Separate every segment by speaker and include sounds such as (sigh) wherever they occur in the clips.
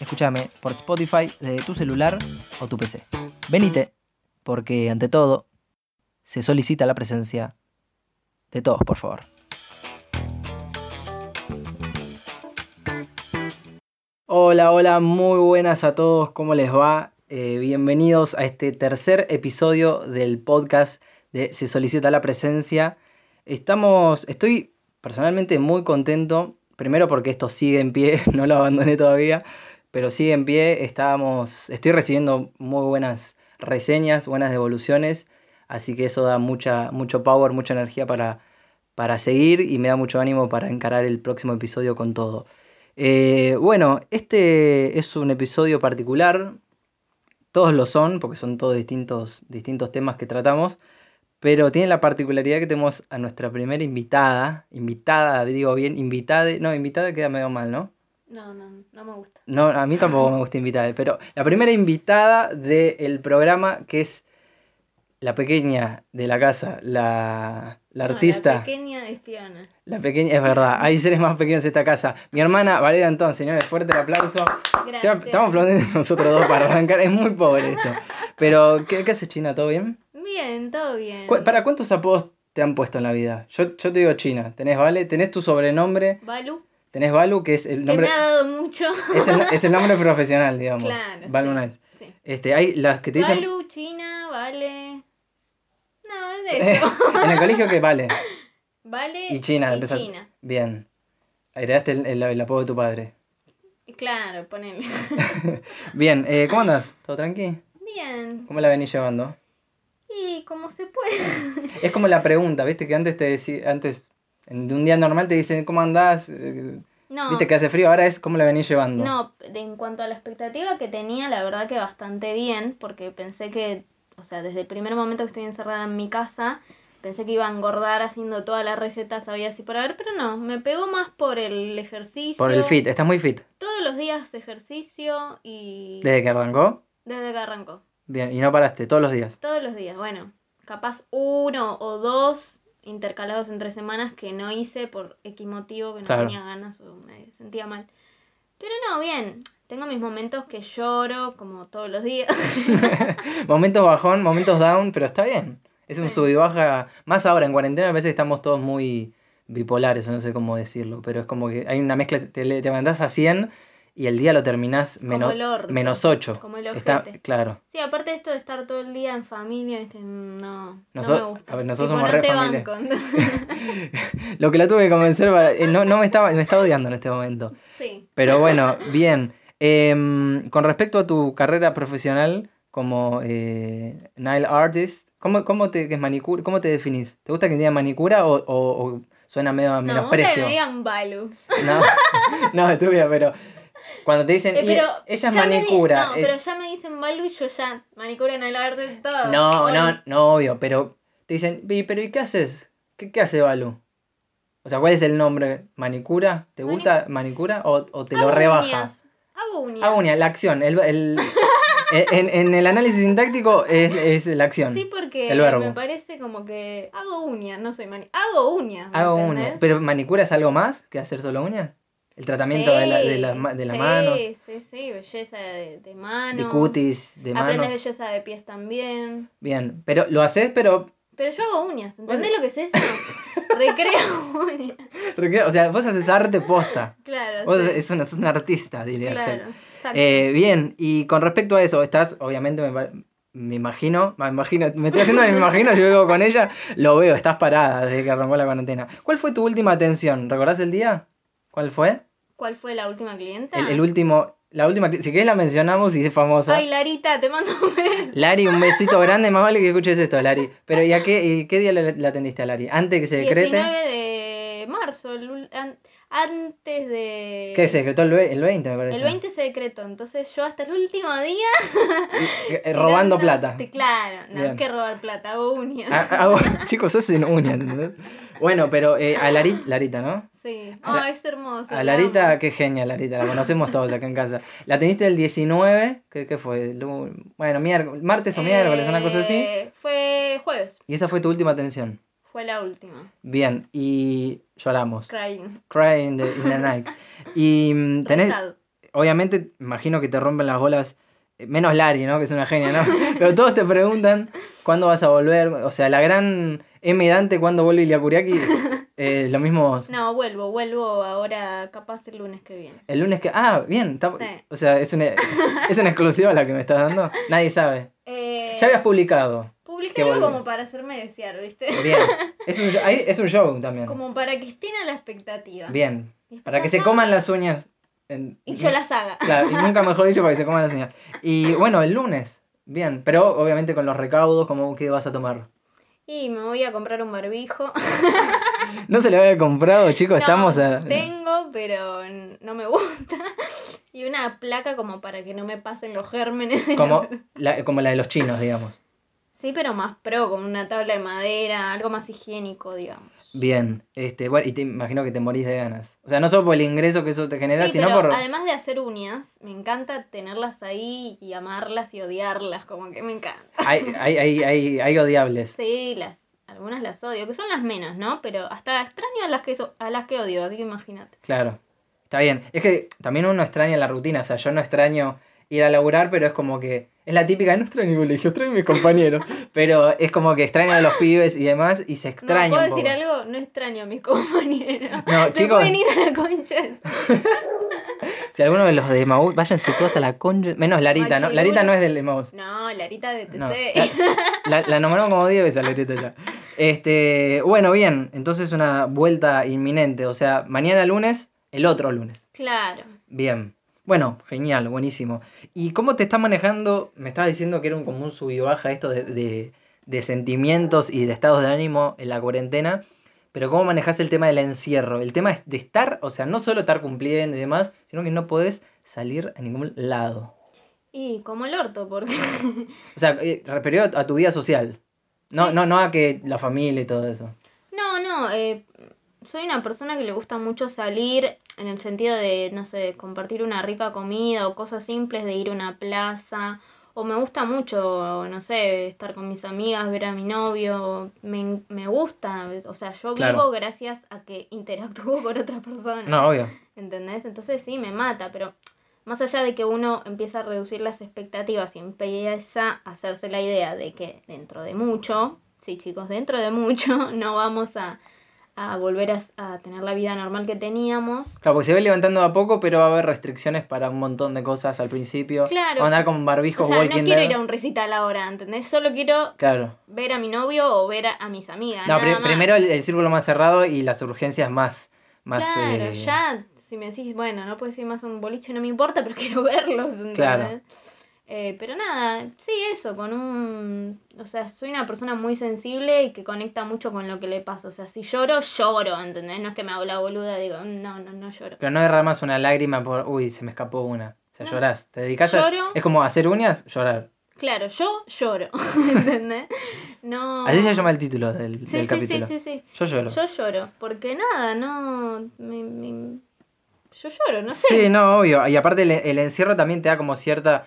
Speaker 1: Escúchame por Spotify de tu celular o tu PC. Venite, porque ante todo se solicita la presencia de todos, por favor. Hola, hola, muy buenas a todos, ¿cómo les va? Eh, bienvenidos a este tercer episodio del podcast de Se solicita la presencia. Estamos, estoy personalmente muy contento, primero porque esto sigue en pie, (laughs) no lo abandoné todavía, pero sigue en pie, estábamos, estoy recibiendo muy buenas reseñas, buenas devoluciones, así que eso da mucha, mucho power, mucha energía para, para seguir y me da mucho ánimo para encarar el próximo episodio con todo. Eh, bueno, este es un episodio particular, todos lo son, porque son todos distintos, distintos temas que tratamos, pero tiene la particularidad que tenemos a nuestra primera invitada, invitada, digo bien, invitada, no, invitada queda medio mal, ¿no?
Speaker 2: No, no, no me gusta.
Speaker 1: No, a mí tampoco me gusta invitada, pero la primera invitada del programa que es la pequeña de la casa, la, la
Speaker 2: No,
Speaker 1: artista.
Speaker 2: Ah, la pequeña es Fiona.
Speaker 1: La pequeña, es verdad, hay seres más pequeños en esta casa. Mi hermana Valeria Antón, señores, fuerte el aplauso. Te-
Speaker 2: Gracias.
Speaker 1: Estamos aplaudiendo nosotros dos para arrancar, es muy pobre esto. Pero, ¿qué, qué haces, China? ¿Todo bien?
Speaker 2: Bien, todo bien.
Speaker 1: ¿Cu- ¿Para cuántos apodos te han puesto en la vida? Yo, yo te digo China, tenés Vale, tenés tu sobrenombre,
Speaker 2: Balu,
Speaker 1: tenés Balu, que es el nombre,
Speaker 2: que me ha dado
Speaker 1: (laughs)
Speaker 2: mucho.
Speaker 1: es el, es el
Speaker 2: (laughs)
Speaker 1: nombre profesional, digamos.
Speaker 2: claro.
Speaker 1: Balu
Speaker 2: sí,
Speaker 1: Nice.
Speaker 2: sí.
Speaker 1: Este, hay las que te dicen...
Speaker 2: Balu, China, Vale. No, no
Speaker 1: (laughs)
Speaker 2: es de
Speaker 1: Eh,
Speaker 2: eso.
Speaker 1: (laughs) en el colegio que
Speaker 2: (laughs)
Speaker 1: vale.
Speaker 2: Vale
Speaker 1: Y China, empezó-
Speaker 2: China.
Speaker 1: Bien. Heredaste el, el- el apodo de tu padre.
Speaker 2: Claro, ponele.
Speaker 1: Bien, eh, ¿cómo andas? ¿Todo tranqui?
Speaker 2: Bien.
Speaker 1: ¿Cómo la venís llevando?
Speaker 2: Y como se puede. (laughs)
Speaker 1: Es como la pregunta, ¿viste? Que antes te decía, antes, en- de un día normal te dicen, ¿cómo andás? Eh,
Speaker 2: No.
Speaker 1: ¿Viste que hace frío? Ahora es, ¿cómo la venís llevando?
Speaker 2: No, de- en cuanto a la expectativa que tenía, la verdad que bastante bien, porque pensé que, o sea, desde el primer momento que estoy encerrada en mi casa, pensé que iba a engordar haciendo todas las recetas, sabía así por haber, pero no, me pegó más por el ejercicio.
Speaker 1: Por el fit, estás muy fit.
Speaker 2: Todos los días ejercicio y
Speaker 1: Desde que arrancó,
Speaker 2: desde que arrancó,
Speaker 1: bien, y no paraste, todos los días.
Speaker 2: todos los días, bueno, capaz uno o dos intercalados entre semanas que no hice por X motivo que no
Speaker 1: Claro.
Speaker 2: tenía ganas o me sentía mal. Pero no, bien. Tengo mis momentos que lloro, como todos los días. (laughs)
Speaker 1: (laughs) momentos bajón, momentos down, pero está bien. Es un
Speaker 2: Sí.
Speaker 1: sub y baja. Más ahora, en cuarentena a veces estamos todos muy bipolares, o no sé cómo decirlo, pero es como que hay una mezcla, te, le- te mandás a 100 y el día lo terminás menos,
Speaker 2: el orto.
Speaker 1: menos 8.
Speaker 2: como el
Speaker 1: Está,
Speaker 2: ojete.
Speaker 1: claro.
Speaker 2: Sí, aparte de esto de estar todo el día en familia, ¿viste? no,
Speaker 1: Noso-
Speaker 2: no me gusta.
Speaker 1: a ver, nosotros
Speaker 2: Tipo,
Speaker 1: somos
Speaker 2: no
Speaker 1: re
Speaker 2: te
Speaker 1: familia.
Speaker 2: banco.
Speaker 1: Lo que la tuve que convencer para- eh, no, no me estaba, me está odiando en este momento.
Speaker 2: (laughs) sí.
Speaker 1: Pero bueno, bien. Em, con respecto a tu carrera profesional como eh, nail artist, ¿cómo, cómo te que es manicura? ¿Cómo te definís? ¿Te gusta que te digan manicura o, o- o suena medio a
Speaker 2: No, vos que
Speaker 1: menosprecio?
Speaker 2: me digan Balu.
Speaker 1: No, (laughs) no, estúpida, pero cuando te dicen,
Speaker 2: Eh,
Speaker 1: "Y-
Speaker 2: pero
Speaker 1: ella es
Speaker 2: ya me di-
Speaker 1: manicura.
Speaker 2: no,
Speaker 1: eh,
Speaker 2: pero ya me dicen Balu y yo ya manicura en el arte de todo.
Speaker 1: no,
Speaker 2: Bueno,
Speaker 1: no, no, obvio, pero te dicen, "Y, pero ¿y qué haces? ¿Qué, qué hace Balu? O sea, ¿cuál es el nombre? ¿Manicura? ¿Te
Speaker 2: Mani-
Speaker 1: gusta manicura o, o te lo
Speaker 2: hago
Speaker 1: rebajas?
Speaker 2: uñas, Hago uñas.
Speaker 1: Ah, uña, la acción. El, el- e, en, en el análisis sintáctico es, es la acción.
Speaker 2: Sí, porque
Speaker 1: El verbo.
Speaker 2: me parece como que hago uñas, no soy mani. Hago uñas. ¿me
Speaker 1: Hago
Speaker 2: entendés?
Speaker 1: uña. Ah, ¿Pero manicura es algo más que hacer solo uña? El tratamiento de, la- de, la-
Speaker 2: Sí,
Speaker 1: de las
Speaker 2: sí,
Speaker 1: manos,
Speaker 2: Sí, sí, belleza de, de manos.
Speaker 1: de cutis, de
Speaker 2: Aprendes
Speaker 1: manos.
Speaker 2: belleza de pies también.
Speaker 1: Bien, pero lo haces, pero.
Speaker 2: Pero yo hago uñas, ¿entendés
Speaker 1: Bueno.
Speaker 2: lo que es eso?
Speaker 1: (laughs)
Speaker 2: Recreo uñas.
Speaker 1: porque, O sea, vos haces arte posta.
Speaker 2: Claro.
Speaker 1: Vos
Speaker 2: sí,
Speaker 1: es una- sos un artista, diría Axel.
Speaker 2: claro. exacto.
Speaker 1: Eh, bien, y con respecto a eso, estás, obviamente, me, pa- me imagino, me imagino, me estoy haciendo, me imagino, yo vivo con ella, lo veo, estás parada desde que arrancó la cuarentena. ¿Cuál fue tu última atención? ¿Recordás el día? ¿Cuál fue?
Speaker 2: ¿Cuál fue la última clienta?
Speaker 1: El, el último, la última, si querés la mencionamos y es famosa.
Speaker 2: Ah. Ay, Larita, te mando un beso.
Speaker 1: Lari, un besito grande, más vale que escuches esto, Lari. Pero ¿y a qué, y qué día la, la atendiste a Lari? Antes que se decrete,
Speaker 2: 19 de marzo. el ul- an- antes de...
Speaker 1: ¿Qué se decretó el ve- el 20, me parece?
Speaker 2: El 20 se decretó, entonces yo hasta el último día...
Speaker 1: Eh, eh, Robando
Speaker 2: tirando-
Speaker 1: plata.
Speaker 2: Claro, no
Speaker 1: Bien.
Speaker 2: es que robar plata, hago uñas.
Speaker 1: Ah, ah, bueno, (laughs) chicos, hacen uñas, ¿entendés? Bueno, pero eh, a Lari- Larita, ¿no?
Speaker 2: Sí.
Speaker 1: A
Speaker 2: Oh,
Speaker 1: la-
Speaker 2: es hermoso.
Speaker 1: A
Speaker 2: la
Speaker 1: Larita,
Speaker 2: amo.
Speaker 1: qué genia Larita, la conocemos todos acá en casa. La teniste el 19, ¿qué, qué fue? Lu- Bueno, miércoles, martes o miércoles, una cosa así.
Speaker 2: Eh, Fue jueves,
Speaker 1: Y esa fue tu última atención.
Speaker 2: fue la última.
Speaker 1: Bien, y lloramos.
Speaker 2: Crying.
Speaker 1: Crying in the, in the night. Y mm, tenés,
Speaker 2: Rezado.
Speaker 1: obviamente, imagino que te rompen las bolas, eh, menos Lari, ¿no? Que es una genia, ¿no? Pero todos te preguntan cuándo vas a volver. O sea, la gran M. Dante, cuándo vuelve Ilia Kuriaki, eh, lo mismo vos.
Speaker 2: No, vuelvo, vuelvo ahora capaz el lunes que viene.
Speaker 1: El lunes que. Ah, bien. está-
Speaker 2: Sí.
Speaker 1: O sea,
Speaker 2: (laughs)
Speaker 1: es una, es una exclusiva la que me estás dando. Nadie sabe.
Speaker 2: Eh,
Speaker 1: Ya habías publicado. que
Speaker 2: publiqué algo
Speaker 1: volvés.
Speaker 2: como para hacerme desear, ¿viste?
Speaker 1: Bien. Es un, ahí es un show también.
Speaker 2: Como para que estén a la expectativa.
Speaker 1: Bien.
Speaker 2: Y después
Speaker 1: Para que se
Speaker 2: pasó,
Speaker 1: coman las uñas. en-
Speaker 2: Y yo las haga.
Speaker 1: Claro, y nunca mejor dicho para que se coman las uñas. Y bueno, el lunes. Bien. Pero obviamente con los recaudos, como que vas a tomar.
Speaker 2: Y me voy a comprar un barbijo.
Speaker 1: No se le había comprado, chicos. (laughs)
Speaker 2: No,
Speaker 1: estamos a.
Speaker 2: Tengo, pero n- no me gusta. (laughs) Y una placa como para que no me pasen los gérmenes. (laughs) de la
Speaker 1: Como la, como la de los chinos, digamos.
Speaker 2: Sí, pero más pro, con una tabla de madera, algo más higiénico, digamos.
Speaker 1: Bien. Este, bueno, y te imagino que te morís de ganas. O sea, no solo por el ingreso que eso te genera,
Speaker 2: Sí,
Speaker 1: sino
Speaker 2: pero
Speaker 1: por.
Speaker 2: además de hacer uñas, me encanta tenerlas ahí y amarlas y odiarlas, como que me encanta.
Speaker 1: Hay, hay, hay, hay, hay odiables.
Speaker 2: Sí, las, algunas las odio, que son las menos, ¿no? Pero hasta extraño a las que, so- a las que odio, así que imagínate.
Speaker 1: Claro. Está bien. Es que también uno extraña la rutina. O sea, yo no extraño ir a laburar, pero es como que. Es la típica, no extraño el colegio, extraño a mis compañeros. pero es como que extraño a los pibes y demás y se
Speaker 2: No,
Speaker 1: extraña.
Speaker 2: ¿Puedo
Speaker 1: un
Speaker 2: decir
Speaker 1: poco.
Speaker 2: algo? No extraño a mis (laughs) compañeros.
Speaker 1: No,
Speaker 2: Se
Speaker 1: (laughs) chicos.
Speaker 2: pueden ir a la concha. de su-
Speaker 1: Si alguno de los de Maú, váyanse todos a la concha. Menos Larita, ¿no?
Speaker 2: Machirulo.
Speaker 1: Larita no es del de Maú.
Speaker 2: No, Larita de TC.
Speaker 1: No, La, la nombramos como 10 veces a Larita ya. Este, bueno, bien. Entonces una vuelta inminente. O sea, mañana lunes, el otro lunes.
Speaker 2: Claro.
Speaker 1: Bien. Bueno, genial, buenísimo. ¿Y cómo te está manejando? Me estabas diciendo que era un, como un sub y baja esto de, de- de sentimientos y de estados de ánimo en la cuarentena, pero ¿cómo manejas el tema del encierro? El tema es de estar, o sea, no solo estar cumpliendo y demás, sino que no podés salir a ningún lado.
Speaker 2: Y como el orto, porque (laughs)
Speaker 1: O sea, eh, referido a tu vida social. No,
Speaker 2: Sí.
Speaker 1: no, no a que la familia y todo eso.
Speaker 2: No, no, eh, soy una persona que le gusta mucho salir en el sentido de, no sé, compartir una rica comida o cosas simples, de ir a una plaza, o me gusta mucho, no sé, estar con mis amigas, ver a mi novio, me, me gusta, o sea, yo
Speaker 1: Claro.
Speaker 2: vivo gracias a que interactúo (laughs) con otra persona,
Speaker 1: No, obvio.
Speaker 2: ¿entendés? Entonces sí, me mata, pero más allá de que uno empieza a reducir las expectativas y empieza a hacerse la idea de que dentro de mucho, sí chicos, dentro de mucho (laughs) no vamos a, a volver a, a tener la vida normal que teníamos.
Speaker 1: Claro, porque se ve levantando de a poco, pero va a haber restricciones para un montón de cosas al principio.
Speaker 2: Claro.
Speaker 1: Va a andar con barbijos
Speaker 2: O sea, no
Speaker 1: walking
Speaker 2: quiero
Speaker 1: dead.
Speaker 2: ir a un recital ahora, ¿entendés? Solo quiero
Speaker 1: Claro.
Speaker 2: ver a mi novio o ver a, a mis amigas.
Speaker 1: No,
Speaker 2: Ah, nada
Speaker 1: pri-
Speaker 2: más.
Speaker 1: primero el, el círculo más cerrado y las urgencias más. más
Speaker 2: Claro,
Speaker 1: eh,
Speaker 2: ya, si me decís, bueno, no puedes ir más a un boliche, no me importa, (laughs) pero quiero verlos. ¿entendés?
Speaker 1: Claro.
Speaker 2: Eh, pero nada, sí, eso, con un... O sea, soy una persona muy sensible y que conecta mucho con lo que le pasa. O sea, si lloro, lloro, ¿entendés? No es que me hago la boluda, digo, no, no, no lloro.
Speaker 1: Pero no derramas una lágrima por. Uy, se me escapó una. O sea,
Speaker 2: No.
Speaker 1: llorás. Te dedicas
Speaker 2: Lloro.
Speaker 1: a. Es como hacer uñas, llorar.
Speaker 2: Claro, yo lloro, (laughs) ¿entendés? No...
Speaker 1: Así se llama el título del,
Speaker 2: Sí,
Speaker 1: del
Speaker 2: sí,
Speaker 1: capítulo.
Speaker 2: sí, sí, sí.
Speaker 1: Yo lloro.
Speaker 2: Yo lloro, porque nada, no... me- me- Yo lloro, no sé.
Speaker 1: Sí, no, obvio. Y aparte el, el encierro también te da como cierta.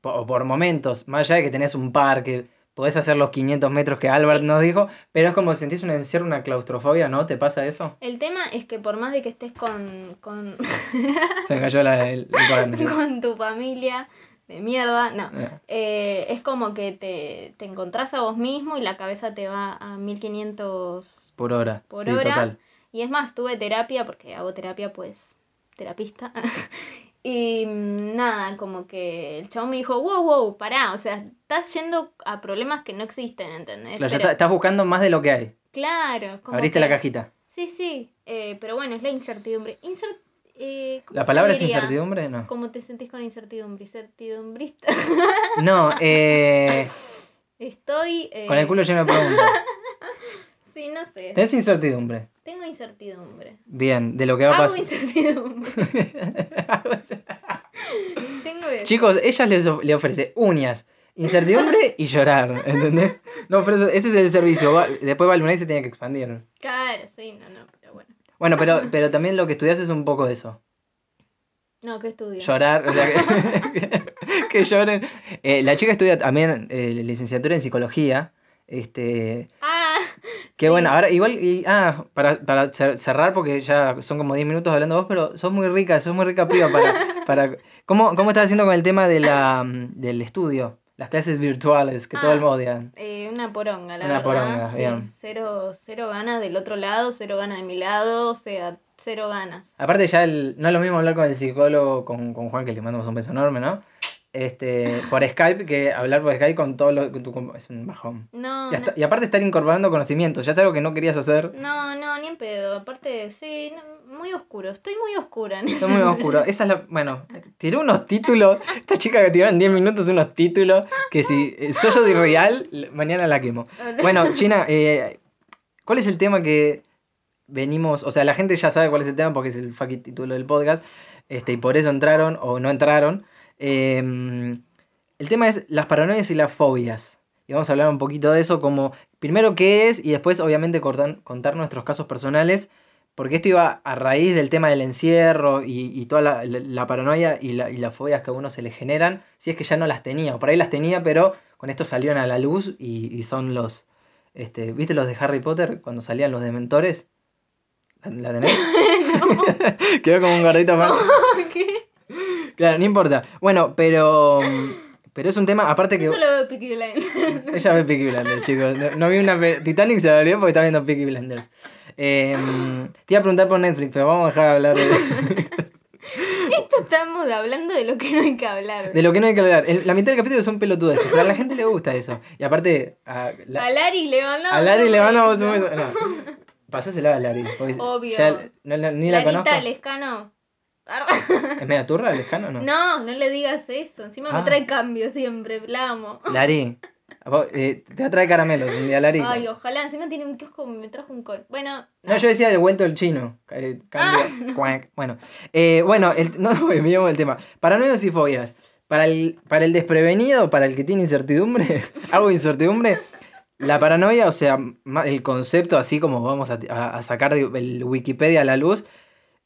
Speaker 1: po- o Por, momentos, más allá de que tenés un parque, podés hacer los 500 metros que Albert nos dijo, pero es como sentís un encierro, una claustrofobia, ¿no? ¿Te pasa eso?
Speaker 2: El tema es que por más de que estés con, con,
Speaker 1: Se me cayó la, el, el cuaderno, sí.
Speaker 2: (laughs) con tu familia de mierda, no.
Speaker 1: Eh,
Speaker 2: Eh, es como que te, te encontrás a vos mismo y la cabeza te va a 1500
Speaker 1: Por hora.
Speaker 2: por
Speaker 1: sí,
Speaker 2: hora.
Speaker 1: total.
Speaker 2: Y es más, tuve terapia, porque hago terapia, pues, terapista. (laughs) y mm, nada, como que el chabón me dijo, wow, wow, pará, o sea, estás yendo a problemas que no existen, ¿entendés?
Speaker 1: Claro, ya
Speaker 2: Pero-
Speaker 1: está- estás buscando más de lo que hay.
Speaker 2: claro, es como
Speaker 1: Abriste
Speaker 2: que-
Speaker 1: la cajita.
Speaker 2: Sí, sí, eh, pero bueno, es la incertidumbre. Incer- eh, ¿cómo
Speaker 1: ¿La
Speaker 2: se
Speaker 1: palabra es
Speaker 2: diría?
Speaker 1: incertidumbre? No.
Speaker 2: (laughs) ¿Cómo te sentís con incertidumbre? Incertidumbrista.
Speaker 1: No, eh,
Speaker 2: Estoy. eh, (laughs)
Speaker 1: con el culo lleno de preguntas.
Speaker 2: Sí, no sé.
Speaker 1: ¿Tenés incertidumbre?
Speaker 2: Tengo incertidumbre.
Speaker 1: Bien, de lo que va a
Speaker 2: Hago
Speaker 1: pasar.
Speaker 2: incertidumbre. (laughs) Tengo eso.
Speaker 1: Chicos, ella les of- le ofrece uñas, incertidumbre y llorar, ¿entendés? No ofrece- ese es el servicio. va- después Valmunay se tiene que expandir.
Speaker 2: Claro, sí, no, no, pero bueno.
Speaker 1: Bueno, pero, pero también lo que estudias es un poco eso.
Speaker 2: No, ¿qué estudio?
Speaker 1: Llorar, o sea, que, (laughs) que lloren. Eh, la chica estudia también eh, licenciatura en psicología. Este,
Speaker 2: Ah,
Speaker 1: Qué
Speaker 2: Sí.
Speaker 1: bueno, ahora igual, y, ah, para, para cer- cerrar, porque ya son como 10 minutos hablando vos, pero sos muy rica, sos muy rica piba
Speaker 2: (laughs)
Speaker 1: para... para ¿cómo, ¿Cómo estás haciendo con el tema de la, mm, del estudio? Las clases virtuales, que todo el
Speaker 2: Ah.
Speaker 1: mundo odia.
Speaker 2: eh, una poronga, la
Speaker 1: Una
Speaker 2: verdad.
Speaker 1: poronga,
Speaker 2: sí.
Speaker 1: bien.
Speaker 2: Cero, cero ganas del otro lado, cero ganas de mi lado, o sea, cero ganas.
Speaker 1: Aparte ya el- no es lo mismo hablar con el psicólogo, con, con Juan, que le mandamos un beso enorme, ¿no? Este, por Skype, que hablar por Skype con todos los... con tu compa- Es un bajón.
Speaker 2: No,
Speaker 1: Y, hasta-
Speaker 2: no,
Speaker 1: y aparte estar incorporando conocimientos, ya es algo que no querías hacer.
Speaker 2: no, no, ni en pedo. Aparte, sí, no, muy oscuro. Estoy muy oscura. este ¿no?
Speaker 1: Está muy oscuro. Esa es la. Bueno, tiró unos títulos. Esta chica que tiró en 10 minutos unos títulos que si eh, soy yo de real, mañana la quemo.
Speaker 2: (laughs)
Speaker 1: Bueno, China, eh, ¿cuál es el tema que venimos? O sea, la gente ya sabe cuál es el tema porque es el fucking título del podcast. Este, y por eso entraron o no entraron. Eh, el tema es las paranoias y las fobias. Y vamos a hablar un poquito de eso, como primero qué es y después obviamente cortan- contar nuestros casos personales, porque esto iba a raíz del tema del encierro y, y toda la, la- la paranoia y, la- y las fobias que a uno se le generan, si es que ya no las tenía, o por ahí las tenía, pero con esto salieron a la luz y, y son los, este, ¿viste los de Harry Potter cuando salían los dementores? ¿La, la
Speaker 2: (laughs)
Speaker 1: tenés? (laughs) Quedó como un gordito más.
Speaker 2: ¿Qué?
Speaker 1: Claro, no importa. Bueno, pero. mm, Pero es un tema, aparte que.
Speaker 2: Eso lo veo Peaky Blinders. (laughs)
Speaker 1: Ella ve Peaky Blinders, chicos. No, no vi una. pe- Titanic se valió porque está viendo Peaky Blinders. Eh, mm, te iba a preguntar por Netflix, pero vamos a dejar de hablar de,
Speaker 2: Esto estamos hablando de lo que no hay que hablar.
Speaker 1: de lo que no hay que hablar. El- la mitad del capítulo son pelotudes, pero a la gente le gusta eso. Y aparte, a, la-
Speaker 2: A Lari le van
Speaker 1: a Lari le van a vos un beso. No, pasáselo a Lari. porque
Speaker 2: Obvio.
Speaker 1: ya no la- ni la conozco.
Speaker 2: Larita Lescano. Arra.
Speaker 1: ¿Es media turra, lejano? No.
Speaker 2: No, no le digas eso. Encima
Speaker 1: Ah.
Speaker 2: me trae cambio siempre. La amo.
Speaker 1: Lari, a vos, eh, te atrae caramelos un día, Lari.
Speaker 2: Ay, ojalá. Encima tiene un kiosco. Me trajo un col. Bueno,
Speaker 1: No, yo decía el vuelto el chino. Eh, cambio, cuac. Bueno, eh, bueno el, no, no, me llamo el tema. Paranoias y fobias. Para el, para el desprevenido, para el que tiene incertidumbre, (laughs) hago incertidumbre. La paranoia, o sea, ma- el concepto así como vamos a, a- a sacar de- el Wikipedia a la luz,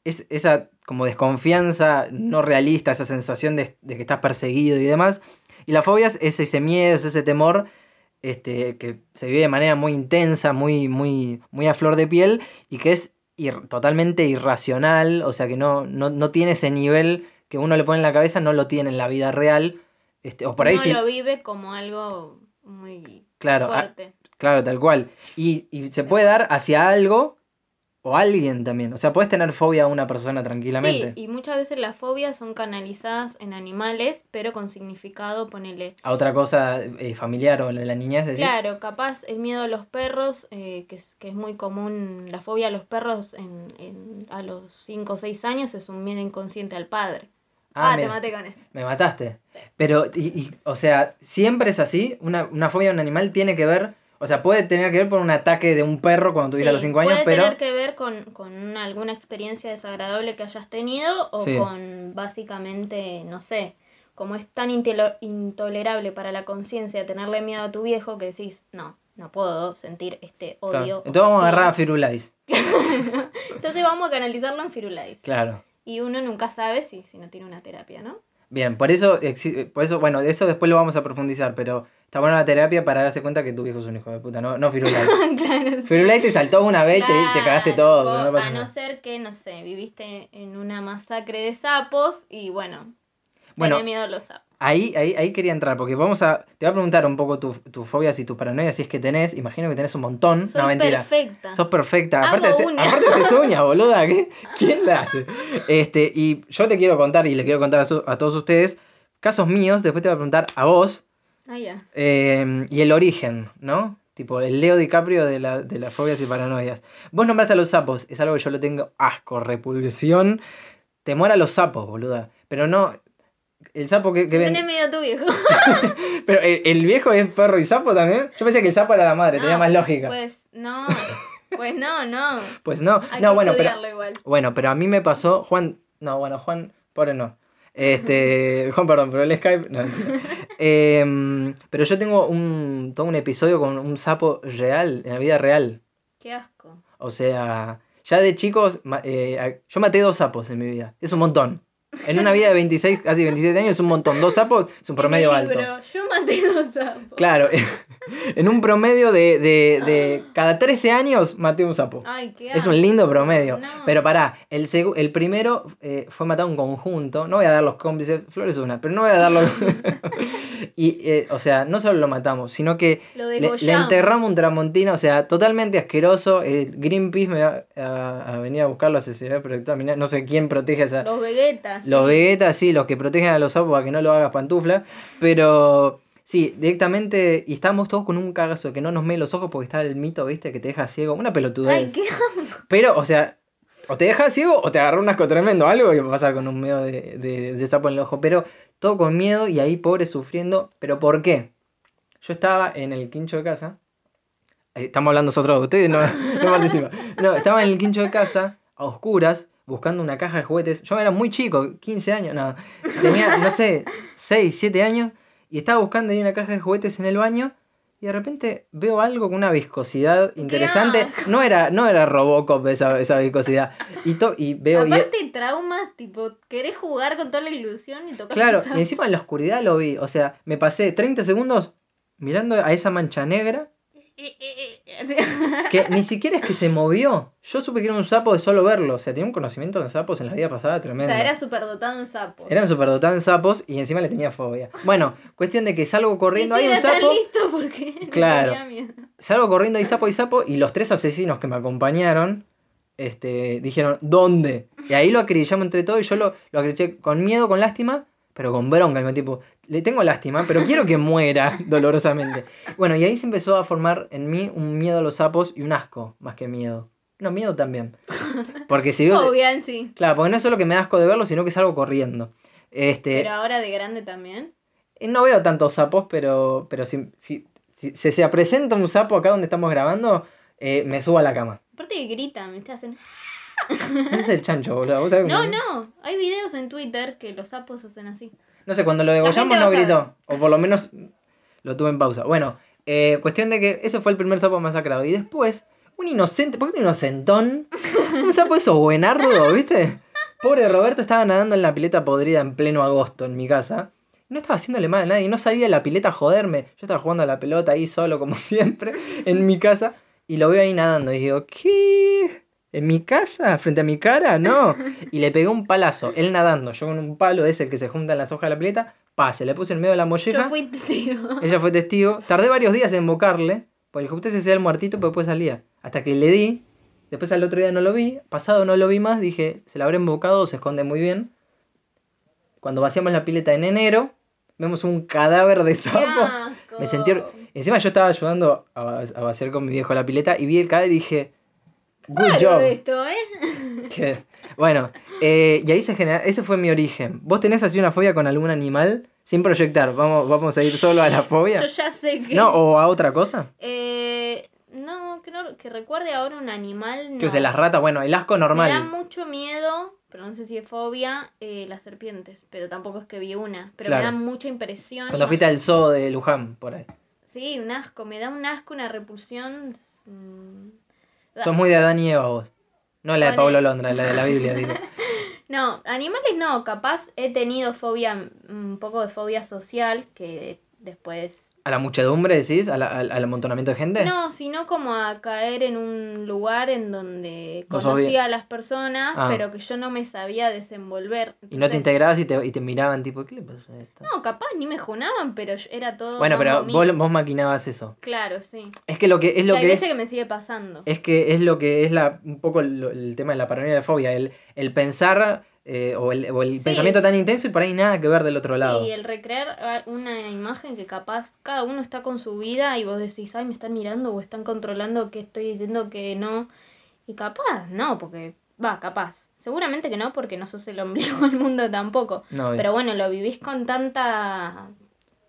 Speaker 1: es esa como desconfianza no realista, esa sensación de, de que estás perseguido y demás. Y la fobia es ese miedo, es ese temor este, que se vive de manera muy intensa, muy, muy, muy a flor de piel y que es ir- totalmente irracional, o sea que no, no, no tiene ese nivel que uno le pone en la cabeza, no lo tiene en la vida real. Este, o por ahí
Speaker 2: no
Speaker 1: sí,
Speaker 2: lo vive como algo muy
Speaker 1: claro, ah, a-
Speaker 2: fuerte.
Speaker 1: Claro, tal cual. Y, y se puede dar hacia algo o alguien también. O sea, puedes tener fobia a una persona tranquilamente.
Speaker 2: Sí, y muchas veces las fobias son canalizadas en animales, pero con significado, ponele.
Speaker 1: A otra cosa eh, familiar o la la niñez, decís.
Speaker 2: Claro, capaz el miedo a los perros, eh, que, es, que es muy común, la fobia a los perros en, en- a los 5 o 6 años es un miedo inconsciente al padre.
Speaker 1: Ah,
Speaker 2: Ah,
Speaker 1: mira,
Speaker 2: te maté con eso.
Speaker 1: me mataste.
Speaker 2: Sí.
Speaker 1: Pero, y, y, o sea, siempre es así. Una, una fobia a un animal tiene que ver. O sea, puede tener que ver con un ataque de un perro cuando tuviera los
Speaker 2: Sí,
Speaker 1: 5 años,
Speaker 2: puede
Speaker 1: pero.
Speaker 2: tener que ver con, con una- alguna experiencia desagradable que hayas tenido o
Speaker 1: Sí.
Speaker 2: con básicamente, no sé, como es tan intelo- intolerable para la conciencia tenerle miedo a tu viejo que decís, no, no puedo sentir este
Speaker 1: Claro.
Speaker 2: odio. o
Speaker 1: Entonces vamos a
Speaker 2: sentir-".
Speaker 1: agarrar a Firulais.
Speaker 2: Entonces vamos a canalizarlo en Firulais.
Speaker 1: Claro.
Speaker 2: Y uno nunca sabe si, si no tiene una terapia, ¿no?
Speaker 1: Bien, por eso, exi- por eso, bueno, de eso después lo vamos a profundizar, pero está buena la terapia para darse cuenta que tu viejo es un hijo de puta, no, no Firulais.
Speaker 2: (laughs) claro, sí.
Speaker 1: Firulais te saltó una vez y te- y te, cagaste
Speaker 2: Claro,
Speaker 1: todo.
Speaker 2: vos,
Speaker 1: no pasa
Speaker 2: a no
Speaker 1: nada.
Speaker 2: ser que, no sé, viviste en una masacre de sapos y bueno,
Speaker 1: Bueno.
Speaker 2: tenés miedo a los sapos.
Speaker 1: Ahí, ahí, ahí quería entrar, porque vamos a. Te voy a preguntar un poco tu- tus fobias y tus paranoias, si es que tenés. Imagino que tenés un montón.
Speaker 2: Soy
Speaker 1: Mm, no, mentira.
Speaker 2: perfecta.
Speaker 1: Sos perfecta.
Speaker 2: Hago
Speaker 1: Aparte, hace-
Speaker 2: uñas.
Speaker 1: aparte haces uñas, boluda. ¿qué? ¿Quién la hace? Este, y yo te quiero contar y le quiero contar a, su- a todos ustedes casos míos. Después te voy a preguntar a vos.
Speaker 2: Ah, ya.
Speaker 1: eh, y el origen, ¿no? Tipo, el Leo DiCaprio de, la- de las fobias y paranoias. Vos nombraste a los sapos, es algo que yo lo tengo asco, repulsión. Temor a los sapos, boluda. Pero no. El sapo que, que ven-
Speaker 2: Tenés miedo a tu
Speaker 1: (laughs)
Speaker 2: viejo. Ah,
Speaker 1: Pero ¿el, el viejo es perro y sapo también. Yo pensé que el sapo era la madre, tenía
Speaker 2: No,
Speaker 1: más lógica.
Speaker 2: Pues no, Pues no, no.
Speaker 1: Pues no,
Speaker 2: Hay
Speaker 1: no,
Speaker 2: que
Speaker 1: bueno, pero,
Speaker 2: estudiarlo igual.
Speaker 1: bueno, pero a mí me pasó, Juan, no, bueno, Juan, pobre no. Este, Juan, perdón, pero el Skype. no, mentira. Em, pero yo tengo un, todo un episodio con un sapo real, en la vida real.
Speaker 2: Qué asco.
Speaker 1: O sea, ya de chicos, ma- eh, a- yo maté dos sapos en mi vida. Es un montón. En una vida de 26, casi 27 años es un montón. Dos sapos es un promedio
Speaker 2: En el
Speaker 1: alto.
Speaker 2: libro, Yo maté dos sapos.
Speaker 1: Claro, (laughs) en un promedio de, de- de cada 13 años maté un sapo.
Speaker 2: Ay, qué
Speaker 1: Es
Speaker 2: asco.
Speaker 1: un lindo promedio.
Speaker 2: No.
Speaker 1: Pero pará, el, segu- el primero eh, fue matar un conjunto. No voy a dar los cómplices, Flores una, pero no voy a
Speaker 2: (laughs)
Speaker 1: dar los. (laughs) y, eh, o sea, no solo lo matamos, sino que
Speaker 2: Lo
Speaker 1: le, le
Speaker 2: degollamos.
Speaker 1: enterramos un tramontina, o sea, totalmente asqueroso. eh, Greenpeace me va a, a venir a buscar la sociedad protectora minera. No sé quién protege a esa.
Speaker 2: Los vegetas.
Speaker 1: Los vegetas, sí, los que protegen a los sapos para que no lo hagas pantufla. Pero sí, directamente. Y estamos todos con un cagazo que no nos mee los ojos porque está el mito, ¿viste? Que te deja ciego. Una pelotudez.
Speaker 2: Ay, qué asco.
Speaker 1: Pero, o sea, o te deja ciego o te agarra un asco tremendo. Algo que va a pasar con un miedo de, de- de sapo en el ojo. Pero todo con miedo y ahí pobre sufriendo. ¿Pero por qué? Yo estaba en el quincho de casa. Ahí Estamos hablando nosotros, ustedes no, (laughs) no participan. No, estaba en el quincho de casa, a oscuras, buscando una caja de juguetes. Yo era muy chico, 15 años, no. Tenía, no sé, 6, 7 años. Y estaba buscando ahí una caja de juguetes en el baño. Y de repente veo algo con una viscosidad interesante. No era, no era Robocop esa, esa viscosidad. Y, to- y veo. y-
Speaker 2: Aparte, traumas, tipo, querés jugar con toda la ilusión y tocar
Speaker 1: e, Claro, y
Speaker 2: (laughs)
Speaker 1: encima en la oscuridad lo vi. O sea, me pasé 30 segundos mirando a esa mancha negra que ni siquiera es que se movió. Yo supe que era un sapo de solo verlo. O sea, tenía un conocimiento de sapos en la vida pasada
Speaker 2: O
Speaker 1: tremendo.
Speaker 2: sea, era superdotado en sapos.
Speaker 1: Eran superdotados en sapos y encima le tenía fobia. Bueno, cuestión de que salgo corriendo,
Speaker 2: Y si
Speaker 1: hay un
Speaker 2: era tan
Speaker 1: sapo,
Speaker 2: listo (laughs) porque le
Speaker 1: Claro.
Speaker 2: tenía miedo.
Speaker 1: salgo corriendo, hay sapo, hay sapo, y los tres asesinos que me acompañaron este, dijeron, ¿dónde? Y ahí lo acribillamos entre todos y yo lo, lo acribillé con miedo, con lástima, pero con bronca, al mismo tipo, le tengo lástima, pero quiero que muera (laughs) dolorosamente. Bueno, y ahí se empezó a formar en mí un miedo a los sapos y un asco, más que miedo. No, miedo también. Porque si yo...
Speaker 2: (laughs) Obvio, en Oh, sí.
Speaker 1: Claro, porque no es solo que me da asco de verlo, sino que salgo corriendo. Este,
Speaker 2: Pero ahora de grande también.
Speaker 1: eh, No veo tantos sapos, pero, pero si, si, si- si se presenta un sapo acá donde estamos grabando, eh, me subo a la cama.
Speaker 2: Aparte que gritan, ¿viste? Hacen...
Speaker 1: Ese es el chancho, boludo. ¿Vos sabés
Speaker 2: (laughs) No,
Speaker 1: cómo-
Speaker 2: no. Hay videos en Twitter que los sapos hacen así.
Speaker 1: No sé, cuando lo degollamos
Speaker 2: gente
Speaker 1: no
Speaker 2: va a
Speaker 1: gritó. O por lo menos lo tuve en pausa. Bueno, eh, cuestión de que ese fue el primer sapo masacrado. Y después, un inocente, ¿por qué un inocentón? Un sapo eso buenardo, ¿viste? Pobre Roberto estaba nadando en la pileta podrida en pleno agosto en mi casa. No estaba haciéndole mal a nadie, no salía de la pileta a joderme. Yo estaba jugando a la pelota ahí solo, como (laughs) siempre, en mi casa. Y lo veo ahí nadando. Y digo, ¿qué? ¿En mi casa? ¿Frente a mi cara? No. Y le pegué un palazo, él nadando. Yo con un palo ese que se juntan las hojas de la pileta. Pa, se le puse en medio de la molleja.
Speaker 2: Yo fui (laughs) testigo.
Speaker 1: Ella fue testigo. Tardé varios días en invocarle, porque usted se hacía el muertito, pero después salía. Hasta que le di, después al otro día no lo vi, pasado no lo vi más, dije, se la habré embocado, se esconde muy bien. Cuando vaciamos la pileta en enero, vemos un cadáver de
Speaker 2: ¡Qué
Speaker 1: sapo.
Speaker 2: asco!
Speaker 1: Me sentí... hor- Encima yo estaba ayudando a, va- a vaciar con mi viejo la pileta y vi el cadáver y dije, good
Speaker 2: Raro
Speaker 1: job.
Speaker 2: esto, ¿eh?
Speaker 1: (laughs) Que- bueno, eh, y ahí se genera, ese fue mi origen. ¿Vos tenés así una fobia con algún animal? Sin proyectar, vamos, vamos a ir solo a la fobia.
Speaker 2: Yo ya sé que...
Speaker 1: No, o a otra cosa.
Speaker 2: Eh, no, que, no- que recuerde ahora un animal. No.
Speaker 1: Que se las ratas, bueno, el asco
Speaker 2: Me da
Speaker 1: normal.
Speaker 2: mucho miedo, pero no sé si es fobia, eh, las serpientes. Pero tampoco es que vi una. Pero
Speaker 1: Claro.
Speaker 2: me da mucha impresión.
Speaker 1: Cuando fuiste al zoo de Luján, por ahí.
Speaker 2: Sí, un asco. Me da un asco, una repulsión. mm.
Speaker 1: Sos muy de Adán y Eva vos. No la de
Speaker 2: Ponele.
Speaker 1: Pablo Londra, la de la Biblia,
Speaker 2: (laughs)
Speaker 1: digo.
Speaker 2: No, animales no, capaz he tenido fobia, mm, un poco de fobia social, que después...
Speaker 1: ¿A la muchedumbre decís? ¿A la- al, al amontonamiento de gente?
Speaker 2: No, sino como a caer en un lugar en donde
Speaker 1: No sos
Speaker 2: conocía
Speaker 1: bien.
Speaker 2: a las personas,
Speaker 1: Ah.
Speaker 2: pero que yo no me sabía desenvolver.
Speaker 1: Y no te
Speaker 2: Entonces,
Speaker 1: integrabas y te, y te miraban tipo, ¿qué le pasa a esta?
Speaker 2: No, capaz ni me junaban, pero yo- era todo...
Speaker 1: bueno, pero
Speaker 2: mamma
Speaker 1: vos,
Speaker 2: mía.
Speaker 1: vos maquinabas eso.
Speaker 2: Claro, sí.
Speaker 1: Es que lo que es
Speaker 2: Que
Speaker 1: lo
Speaker 2: hay
Speaker 1: que es,
Speaker 2: veces que me sigue pasando.
Speaker 1: es que es lo que es la, un poco lo- el tema de la paranoia y la fobia, el, el pensar eh, o el, o el
Speaker 2: Sí.
Speaker 1: pensamiento tan intenso y por ahí nada que ver del otro lado.
Speaker 2: Y el recrear ah, una imagen que capaz cada uno está con su vida y vos decís, ay, me están mirando o están controlando que estoy diciendo que no. Y capaz, no, porque va, capaz. Seguramente que no, porque no sos el ombligo (laughs) del mundo tampoco.
Speaker 1: No, bien.
Speaker 2: Pero bueno, lo vivís con tanta...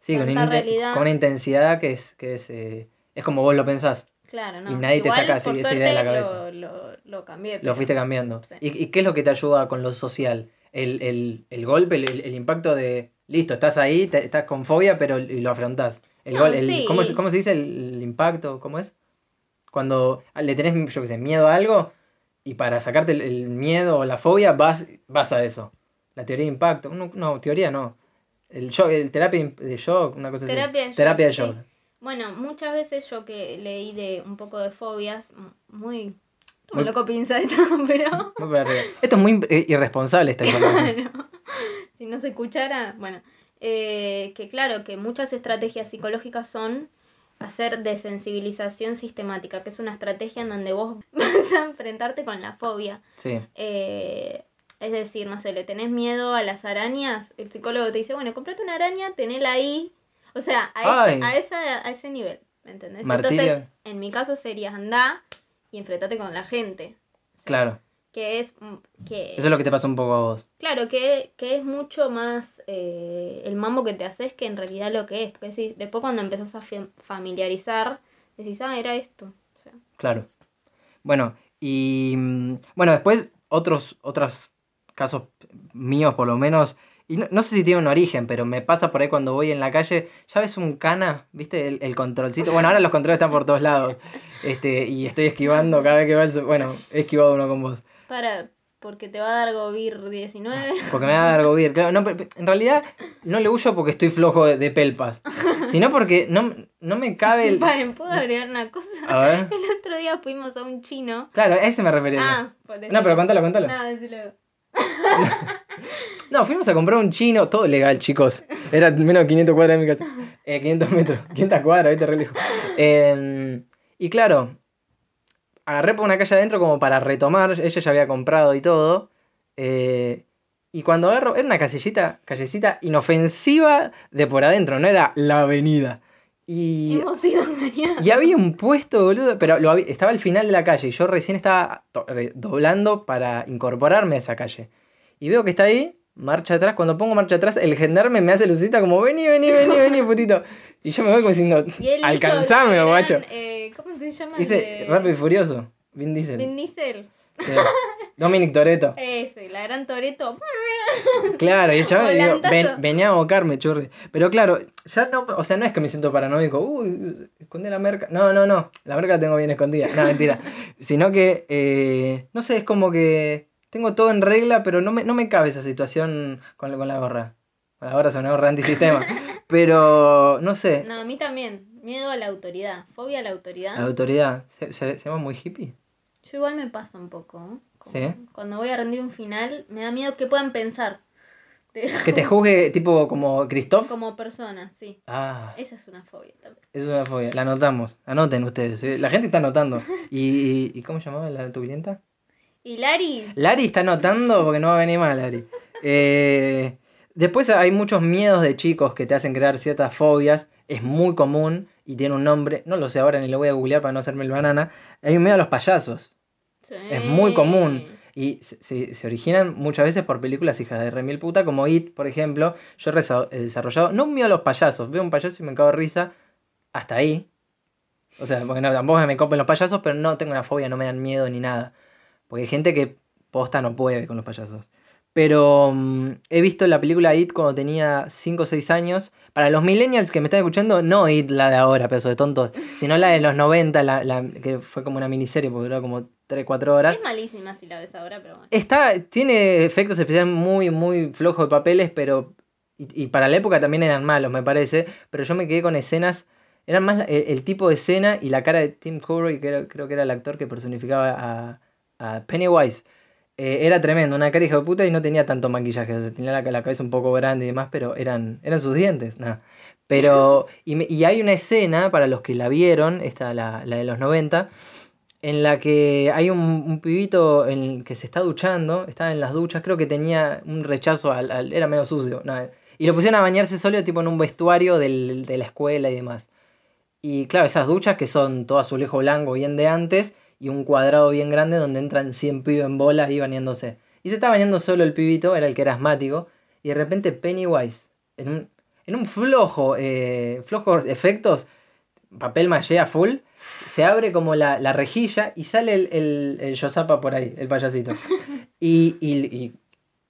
Speaker 1: Sí, con,
Speaker 2: tanta
Speaker 1: una inten-
Speaker 2: realidad.
Speaker 1: con una intensidad que es, que es, eh, es como vos lo pensás.
Speaker 2: Claro, no.
Speaker 1: Y nadie te
Speaker 2: Igual,
Speaker 1: saca esa-
Speaker 2: por
Speaker 1: esa idea de la
Speaker 2: suerte,
Speaker 1: cabeza.
Speaker 2: Lo, lo, lo cambié.
Speaker 1: Lo
Speaker 2: pero-
Speaker 1: fuiste cambiando.
Speaker 2: Sí.
Speaker 1: ¿Y, y qué es lo que te ayuda con lo social? El, el- el golpe, el, el impacto de, listo, estás ahí, te- estás con fobia, pero l- lo afrontás. El
Speaker 2: No,
Speaker 1: gol, el-
Speaker 2: sí.
Speaker 1: ¿cómo, es- cómo se dice el, el impacto? ¿Cómo es? Cuando le tenés, yo qué sé, miedo a algo y para sacarte el, el miedo o la fobia vas, vas a eso. La teoría de impacto. No, no, teoría no. El, shock, el terapia imp- de shock, una cosa
Speaker 2: Terapia de
Speaker 1: así.
Speaker 2: shock,
Speaker 1: terapia de
Speaker 2: sí.
Speaker 1: shock.
Speaker 2: Bueno, muchas veces yo que leí de un poco de fobias, m- muy.
Speaker 1: Muy-
Speaker 2: Un loco pinza de (laughs) pero.
Speaker 1: No, pero- Esto es muy eh, irresponsable esta
Speaker 2: (laughs)
Speaker 1: información.
Speaker 2: Claro. si no se escuchara, bueno, eh, que claro, que muchas estrategias psicológicas son hacer desensibilización sistemática, que es una estrategia en donde vos (laughs) vas a enfrentarte con la fobia.
Speaker 1: Sí.
Speaker 2: Eh, es decir, no sé, le tenés miedo a las arañas, el psicólogo te dice, bueno, comprate una araña, tenela ahí. O sea, a,
Speaker 1: Ay.
Speaker 2: ese, a, esa- a ese nivel, ¿me entendés?
Speaker 1: Martirio.
Speaker 2: Entonces, en mi caso sería andá y enfrentate con la gente. O sea,
Speaker 1: Claro.
Speaker 2: Que es... mm, Que...
Speaker 1: Eso es lo que te pasa un poco a vos.
Speaker 2: Claro, que, que es mucho más eh, el mambo que te haces que en realidad lo que es. Porque si, después cuando empezás a fi- familiarizar, decís, ah, era esto. O sea,
Speaker 1: Claro. Bueno, y mm, bueno, después otros, otros casos míos por lo menos, y no, no sé si tiene un origen, pero me pasa por ahí cuando voy en la calle, ya ves un cana, viste, el, el controlcito, bueno, ahora los controles están por todos lados, este, y estoy esquivando cada vez que va el, bueno, he esquivado uno con vos,
Speaker 2: para, porque te va a dar COVID-19.
Speaker 1: porque me va a dar gobierno, claro, no, pero- pero en realidad no le huyo porque estoy flojo de, de pelpas, sino porque no, no me cabe
Speaker 2: (laughs)
Speaker 1: el...
Speaker 2: Paren, ¿puedo agregar una cosa? (laughs)
Speaker 1: A ver,
Speaker 2: El otro día fuimos a un chino.
Speaker 1: claro, a ese me refería.
Speaker 2: Ah, pues decilo.
Speaker 1: no, pero cuéntalo, cuéntalo.
Speaker 2: No, decilo.
Speaker 1: No, fuimos a comprar un chino, todo legal, chicos. Era menos de 500 cuadras de mi casa. Eh, 500 metros, (laughs) 500 cuadras, viste, re lejos. Eh, y claro, agarré por una calle adentro como para retomar. Ella ya había comprado y todo. Eh, y cuando agarro, era una casillita, callecita inofensiva de por adentro, no era la avenida. Y
Speaker 2: Hemos sido engañados.
Speaker 1: y había un puesto, boludo, pero lo había- estaba al final de la calle y yo recién estaba to- re- doblando para incorporarme a esa calle. Y veo que está ahí, marcha atrás. Cuando pongo marcha atrás, el gendarme me hace lucita como, vení, vení, vení,
Speaker 2: (laughs)
Speaker 1: vení, putito. Y yo me voy como diciendo,
Speaker 2: Y él hizo
Speaker 1: alcanzame,
Speaker 2: el gran,
Speaker 1: guacho.
Speaker 2: eh, ¿Cómo se llama? el
Speaker 1: Dice,
Speaker 2: de-
Speaker 1: rápido y furioso. Vin Diesel.
Speaker 2: Vin Diesel.
Speaker 1: Sí. Dominic Toreto.
Speaker 2: Ese, la gran Toreto.
Speaker 1: Claro, y el chaval digo,
Speaker 2: Volantazo.
Speaker 1: "Ven- venía a abocarme, churri. Pero claro, ya no, o sea, no es que me siento paranoico, uy, esconde la merca. No, no, no, la merca la tengo bien escondida, no, mentira. Sino que, eh, no sé, es como que tengo todo en regla, pero no me, no me cabe esa situación con, la- con la gorra. Con la gorra es una gorra antisistema. Pero, no sé,
Speaker 2: No, a mí también. Miedo a la autoridad. Fobia a la autoridad.
Speaker 1: la autoridad, ¿se, se, se llama muy hippie?
Speaker 2: Yo igual me pasa un poco. ¿eh? Como
Speaker 1: ¿Sí?
Speaker 2: Cuando voy a rendir un final, me da miedo que puedan pensar. De-
Speaker 1: (laughs)
Speaker 2: (laughs)
Speaker 1: Que te juzgue tipo como Christoph.
Speaker 2: como persona, sí.
Speaker 1: Ah.
Speaker 2: Esa es una fobia también.
Speaker 1: Es una fobia, la anotamos, anoten ustedes, ¿eh? la gente está anotando. ¿Y, y, y cómo llamaba la, tu clienta?
Speaker 2: Y Lari,
Speaker 1: Lari está anotando porque no va a venir más Lari. Eh, después hay muchos miedos de chicos que te hacen crear ciertas fobias, es muy común y tiene un nombre, no lo sé ahora ni lo voy a googlear para no hacerme el banana, hay un miedo a los payasos.
Speaker 2: sí.
Speaker 1: Es muy común. Y se, se- se originan muchas veces por películas hijas de remil puta, como It, por ejemplo. Yo he resa- he desarrollado, no un miedo a los payasos, veo un payaso y me cago de risa, hasta ahí. O sea, porque no, tampoco me copen los payasos, pero no tengo una fobia, no me dan miedo ni nada. Porque hay gente que posta no puede con los payasos. Pero mm, he visto la película It cuando tenía 5 o 6 años. Para los millennials que me están escuchando, no It la de ahora, pedazo de tontos, sino la de los 90, la, la que fue como una miniserie, porque duró como 3, 4 horas.
Speaker 2: Es malísima si la ves ahora, pero bueno.
Speaker 1: Está, tiene efectos especiales muy, muy flojos de papeles, pero. Y, y para la época también eran malos, me parece. Pero yo me quedé con escenas. Eran más la- el, el tipo de escena y la cara de Tim Curry, que era- creo que era el actor que personificaba a, a Pennywise. Eh, era tremendo, una cara hija de puta y no tenía tanto maquillaje. O sea, tenía la, la cabeza un poco grande y demás, pero eran, eran sus dientes. nada. Pero. Y, me- y hay una escena, para los que la vieron, esta, la, la de los 90, en la que hay un, un pibito en- que se está duchando, estaba en las duchas, creo que tenía un rechazo al. al- era medio sucio. nada. Y lo pusieron a bañarse solo, tipo en un vestuario del- de la escuela y demás. Y claro, esas duchas que son todo azulejo blanco bien de antes y un cuadrado bien grande donde entran 100 pibes en bolas y bañándose. Y se está bañando solo el pibito, era el que era asmático, y de repente Pennywise, en un, en un flojo, eh, flojos efectos, papel maché a full, se abre como la, la rejilla y sale el, el, el Yosapa por ahí, el payasito. Y, y- y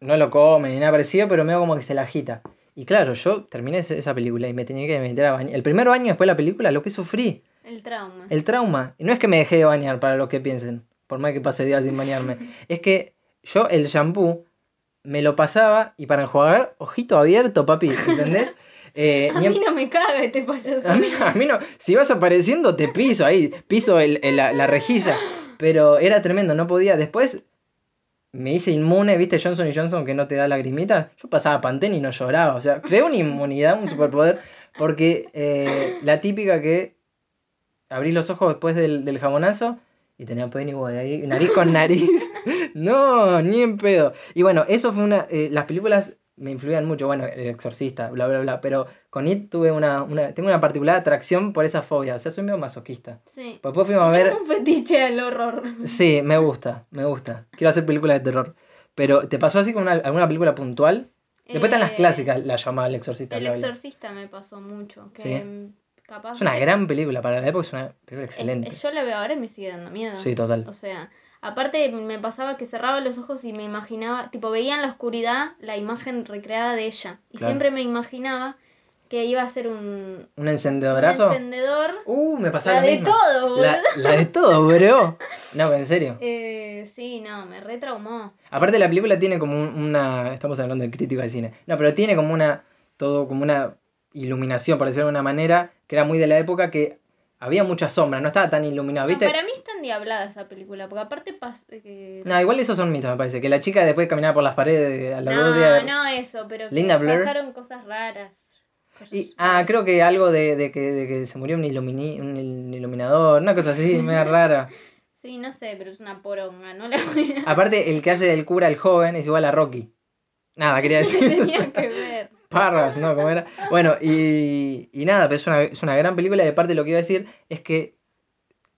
Speaker 1: no lo come ni nada parecido, pero veo como que se la agita. Y claro, yo terminé ese- esa película y me tenía que meter a bañar. El primer baño después de la película, lo que sufrí,
Speaker 2: El trauma.
Speaker 1: el trauma. Y no es que me dejé de bañar, para los que piensen, por más que pase días sin bañarme. es que yo el shampoo me lo pasaba y para enjuagar, ojito abierto, papi, ¿entendés? Eh,
Speaker 2: (laughs) a
Speaker 1: ni en-
Speaker 2: mí no me cabe este (laughs) payaso.
Speaker 1: a mí, a mí no. Si vas apareciendo, te piso ahí. Piso el- el- la, la rejilla. Pero era tremendo, no podía. Después me hice inmune, ¿viste? Johnson Johnson que no te da lagrimitas. Yo pasaba pantén y no lloraba. O sea, creé una inmunidad, un superpoder. Porque eh, la típica que abrís los ojos después del, del jamonazo y tenía Pennywise ahí, nariz con nariz. (laughs) no, ni en pedo. Y bueno, eso fue una. eh, las películas me influían mucho. Bueno, El Exorcista, bla, bla, bla. Pero con It tuve una, una- tengo una particular atracción por esa fobia. O sea, soy medio masoquista.
Speaker 2: Sí.
Speaker 1: Pues Después fuimos a ver.
Speaker 2: Es un fetiche al horror.
Speaker 1: Sí, me gusta, me gusta. Quiero hacer películas de terror. Pero, ¿te pasó así con una- alguna película puntual? Después están las
Speaker 2: Eh,
Speaker 1: clásicas, la llamada El Exorcista.
Speaker 2: El
Speaker 1: bla, bla.
Speaker 2: exorcista me pasó mucho. Que
Speaker 1: Sí.
Speaker 2: mm, capaz.
Speaker 1: Es una gran película para la época, es una película
Speaker 2: Eh,
Speaker 1: excelente.
Speaker 2: Yo la veo ahora y me sigue dando miedo.
Speaker 1: Sí, total.
Speaker 2: O sea, aparte me pasaba que cerraba los ojos y me imaginaba, tipo, veía en la oscuridad la imagen recreada de ella. Y
Speaker 1: Claro.
Speaker 2: siempre me imaginaba que iba a ser un,
Speaker 1: ¿Un
Speaker 2: un
Speaker 1: encendedorazo?
Speaker 2: encendedor.
Speaker 1: Uh, me pasaba
Speaker 2: La
Speaker 1: lo
Speaker 2: de
Speaker 1: mismo.
Speaker 2: todo, boludo.
Speaker 1: La, la de todo,
Speaker 2: (laughs)
Speaker 1: bro. No, en serio.
Speaker 2: Eh, sí, no, me retraumó.
Speaker 1: Aparte la película tiene como un- una. Estamos hablando de crítica de cine. No, pero tiene como una. todo, como una iluminación, por decirlo de una manera, que era muy de la época que había mucha sombra, no estaba tan iluminado,
Speaker 2: No,
Speaker 1: ¿viste?
Speaker 2: para mí está endiablada esa película, porque aparte pas- eh,
Speaker 1: No, igual esos son mitos, me parece. Que la chica después caminaba por las paredes a la
Speaker 2: no,
Speaker 1: gloria.
Speaker 2: no eso, pero que
Speaker 1: Linda Blair.
Speaker 2: pasaron cosas raras. Cosas
Speaker 1: Y- ah, creo que algo de, de que, de que se murió un, ilumini- un il- iluminador, una cosa así, media
Speaker 2: (laughs)
Speaker 1: rara.
Speaker 2: Sí, no sé, pero es una poronga, no la voy a- (laughs)
Speaker 1: Aparte, el que hace del cura el joven es igual a Rocky. Nada,
Speaker 2: (laughs)
Speaker 1: quería decir.
Speaker 2: tenía que ver.
Speaker 1: Parras, ¿no? ¿Cómo era? Bueno, y, y nada, pero es una, es una gran película y aparte lo que iba a decir es que,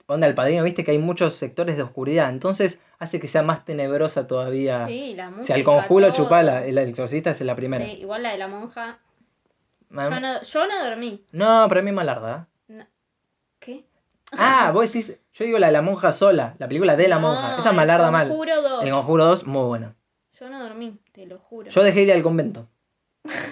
Speaker 1: onda, el padrino, viste que hay muchos sectores de oscuridad, entonces hace que sea más tenebrosa todavía.
Speaker 2: Sí, la
Speaker 1: o
Speaker 2: música.
Speaker 1: sea, el Ah. conjuro
Speaker 2: todo.
Speaker 1: chupala, el exorcista es la primera.
Speaker 2: Sí, igual la de la monja.
Speaker 1: Ah,
Speaker 2: Yo no, yo no dormí.
Speaker 1: no... pero a mí es malarda.
Speaker 2: ¿Qué?
Speaker 1: Ah, vos decís, yo digo la de la monja sola, la película de la
Speaker 2: No,
Speaker 1: monja, esa es malarda
Speaker 2: El
Speaker 1: mal.
Speaker 2: conjuro 2.
Speaker 1: El conjuro 2, muy buena.
Speaker 2: Yo no dormí, te lo juro.
Speaker 1: Yo dejé de ir al convento.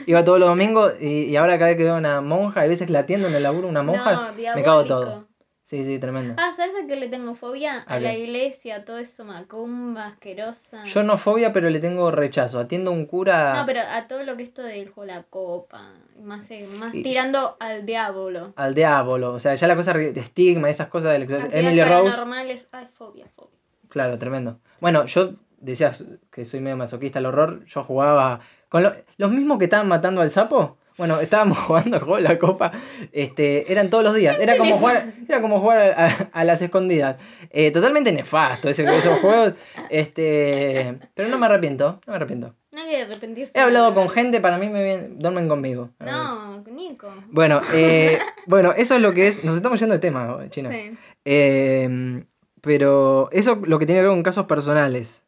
Speaker 1: Iba todos los domingos y, y ahora cada vez que veo una monja, hay veces que la atiendo en el laburo una monja,
Speaker 2: No,
Speaker 1: me cago
Speaker 2: diabólico.
Speaker 1: todo. Sí, sí, tremendo.
Speaker 2: Ah, ¿sabes a qué le tengo fobia? A
Speaker 1: ¿A
Speaker 2: la
Speaker 1: qué?
Speaker 2: iglesia, a todo eso macumba, asquerosa.
Speaker 1: Yo no fobia, pero le tengo rechazo. Atiendo a un cura.
Speaker 2: No, pero a todo lo que esto del juego de la copa, más, eh, más
Speaker 1: Y-
Speaker 2: tirando al diablo.
Speaker 1: Al diablo, o sea, ya la cosa re- de estigma, esas cosas del exor-
Speaker 2: Actividades
Speaker 1: Emily Rose,
Speaker 2: paranormales, ay, fobia, fobia.
Speaker 1: claro, tremendo. Bueno, yo decía que soy medio masoquista al horror, yo jugaba con lo- los mismos que estaban matando al sapo. Bueno, estábamos (laughs) jugando al juego de la copa, este, eran todos los días, era como jugar, era como jugar a, a- a las escondidas. Eh, totalmente nefasto ese,
Speaker 2: (laughs)
Speaker 1: esos juegos, este, pero no me arrepiento, no me arrepiento.
Speaker 2: No hay que arrepentirse.
Speaker 1: He hablado con gente, para mí me vienen- duermen conmigo.
Speaker 2: No, Nico.
Speaker 1: Bueno, eh, (laughs) bueno, eso es lo que es. Nos estamos yendo de tema, China.
Speaker 2: Sí.
Speaker 1: Eh, pero eso es lo que tiene que ver con casos personales.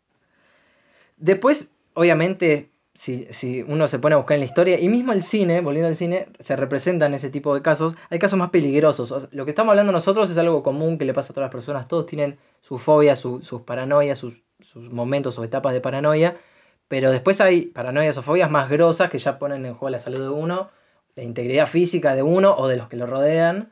Speaker 1: Después, obviamente, si, si uno se pone a buscar en la historia, y mismo el cine, volviendo al cine, se representan ese tipo de casos. Hay casos más peligrosos. O sea, Lo que estamos hablando nosotros es algo común que le pasa a todas las personas. Todos tienen su fobia, su- sus paranoias, sus, sus momentos o etapas de paranoia. Pero después hay paranoias o fobias más grosas que ya ponen en juego la salud de uno, la integridad física de uno o de los que lo rodean,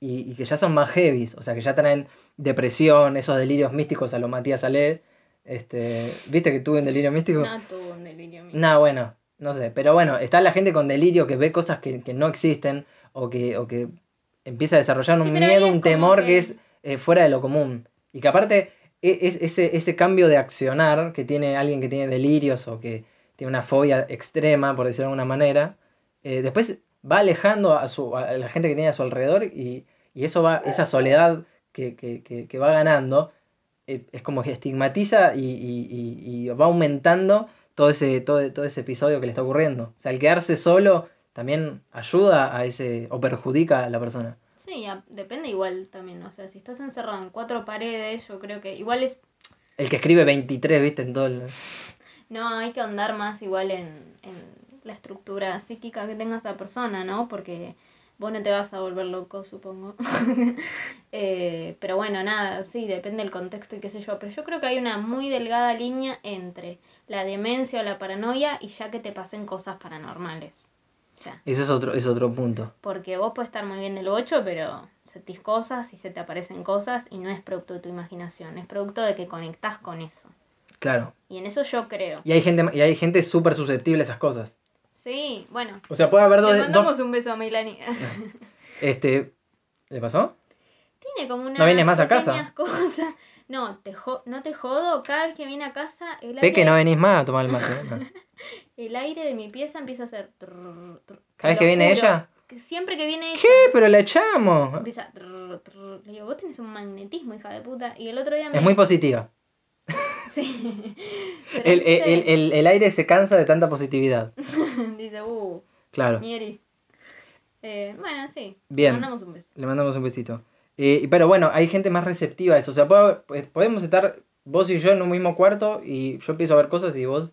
Speaker 1: y, y que ya son más heavies, o sea, que ya traen depresión, esos delirios místicos a lo Matías Ale. Este, ¿Viste que tuve un delirio místico?
Speaker 2: No tuvo un delirio mío.
Speaker 1: No, bueno, no sé. Pero bueno, está la gente con delirio que ve cosas que, que no existen o que, o que empieza a desarrollar un
Speaker 2: Sí, pero ahí
Speaker 1: miedo,
Speaker 2: es
Speaker 1: un
Speaker 2: como
Speaker 1: temor que,
Speaker 2: que-
Speaker 1: es eh, fuera de lo común. Y que aparte e- es, ese, ese cambio de accionar que tiene alguien que tiene delirios o que tiene una fobia extrema, por decirlo de alguna manera, eh, después va alejando a, su, a la gente que tiene a su alrededor y, y eso va, esa soledad que, que- que- que va ganando, eh, es como que estigmatiza y, y- y- y va aumentando todo ese, todo, todo ese episodio que le está ocurriendo. O sea, el quedarse solo también ayuda a ese, o perjudica a la persona.
Speaker 2: Sí, a- depende igual también. O sea, si estás encerrado en cuatro paredes, yo creo que igual es.
Speaker 1: El que escribe 23, viste, en todo el...
Speaker 2: No, hay que ahondar más igual en, en la estructura psíquica que tenga esa persona, ¿no? Porque Vos no te vas a volver loco, supongo. (laughs) Eh, pero bueno, nada, sí, depende del contexto y qué sé yo. Pero yo creo que hay una muy delgada línea entre la demencia o la paranoia y ya que te pasen cosas paranormales. O sea,
Speaker 1: Ese es otro, es otro punto.
Speaker 2: porque vos puedes estar muy bien del bocho, pero sentís cosas y se te aparecen cosas y no es producto de tu imaginación, es producto de que conectás con eso.
Speaker 1: Claro.
Speaker 2: Y en eso yo creo.
Speaker 1: Y hay gente, y hay gente súper susceptible a esas cosas.
Speaker 2: Sí, bueno.
Speaker 1: O sea, puede haber
Speaker 2: Le
Speaker 1: dos.
Speaker 2: mandamos
Speaker 1: eh, dos-
Speaker 2: un beso
Speaker 1: (laughs)
Speaker 2: a Melanie.
Speaker 1: este, ¿Le pasó?
Speaker 2: Tiene como una.
Speaker 1: ¿No vienes más a casa?
Speaker 2: pequeñas cosas. No, te jo- no te jodo. Cada vez que viene a casa, el
Speaker 1: Ve
Speaker 2: aire,
Speaker 1: que no venís más a tomar el mate.
Speaker 2: (laughs)
Speaker 1: ¿no?
Speaker 2: el aire de mi pieza empieza a hacer. trrr, trrr.
Speaker 1: ¿Cada vez
Speaker 2: Te
Speaker 1: que
Speaker 2: lo
Speaker 1: viene
Speaker 2: juro.
Speaker 1: ella?
Speaker 2: Que Siempre que viene ella.
Speaker 1: ¿Qué? Pero la echamos.
Speaker 2: Empieza. a trrr, trrr. Le digo, vos tenés un magnetismo, hija de puta. Y el otro día me.
Speaker 1: Es muy positiva.
Speaker 2: (laughs) Sí. Pero
Speaker 1: El, el-
Speaker 2: dice-
Speaker 1: el- el- el aire se cansa de tanta positividad.
Speaker 2: (laughs) dice, uh,
Speaker 1: Claro.
Speaker 2: Nieri. Eh, bueno, sí.
Speaker 1: Bien.
Speaker 2: Mandamos un beso.
Speaker 1: Le mandamos un besito. Eh, pero bueno, hay gente más receptiva a eso. O sea, puede haber- pues, podemos estar vos y yo en un mismo cuarto y yo empiezo a ver cosas y vos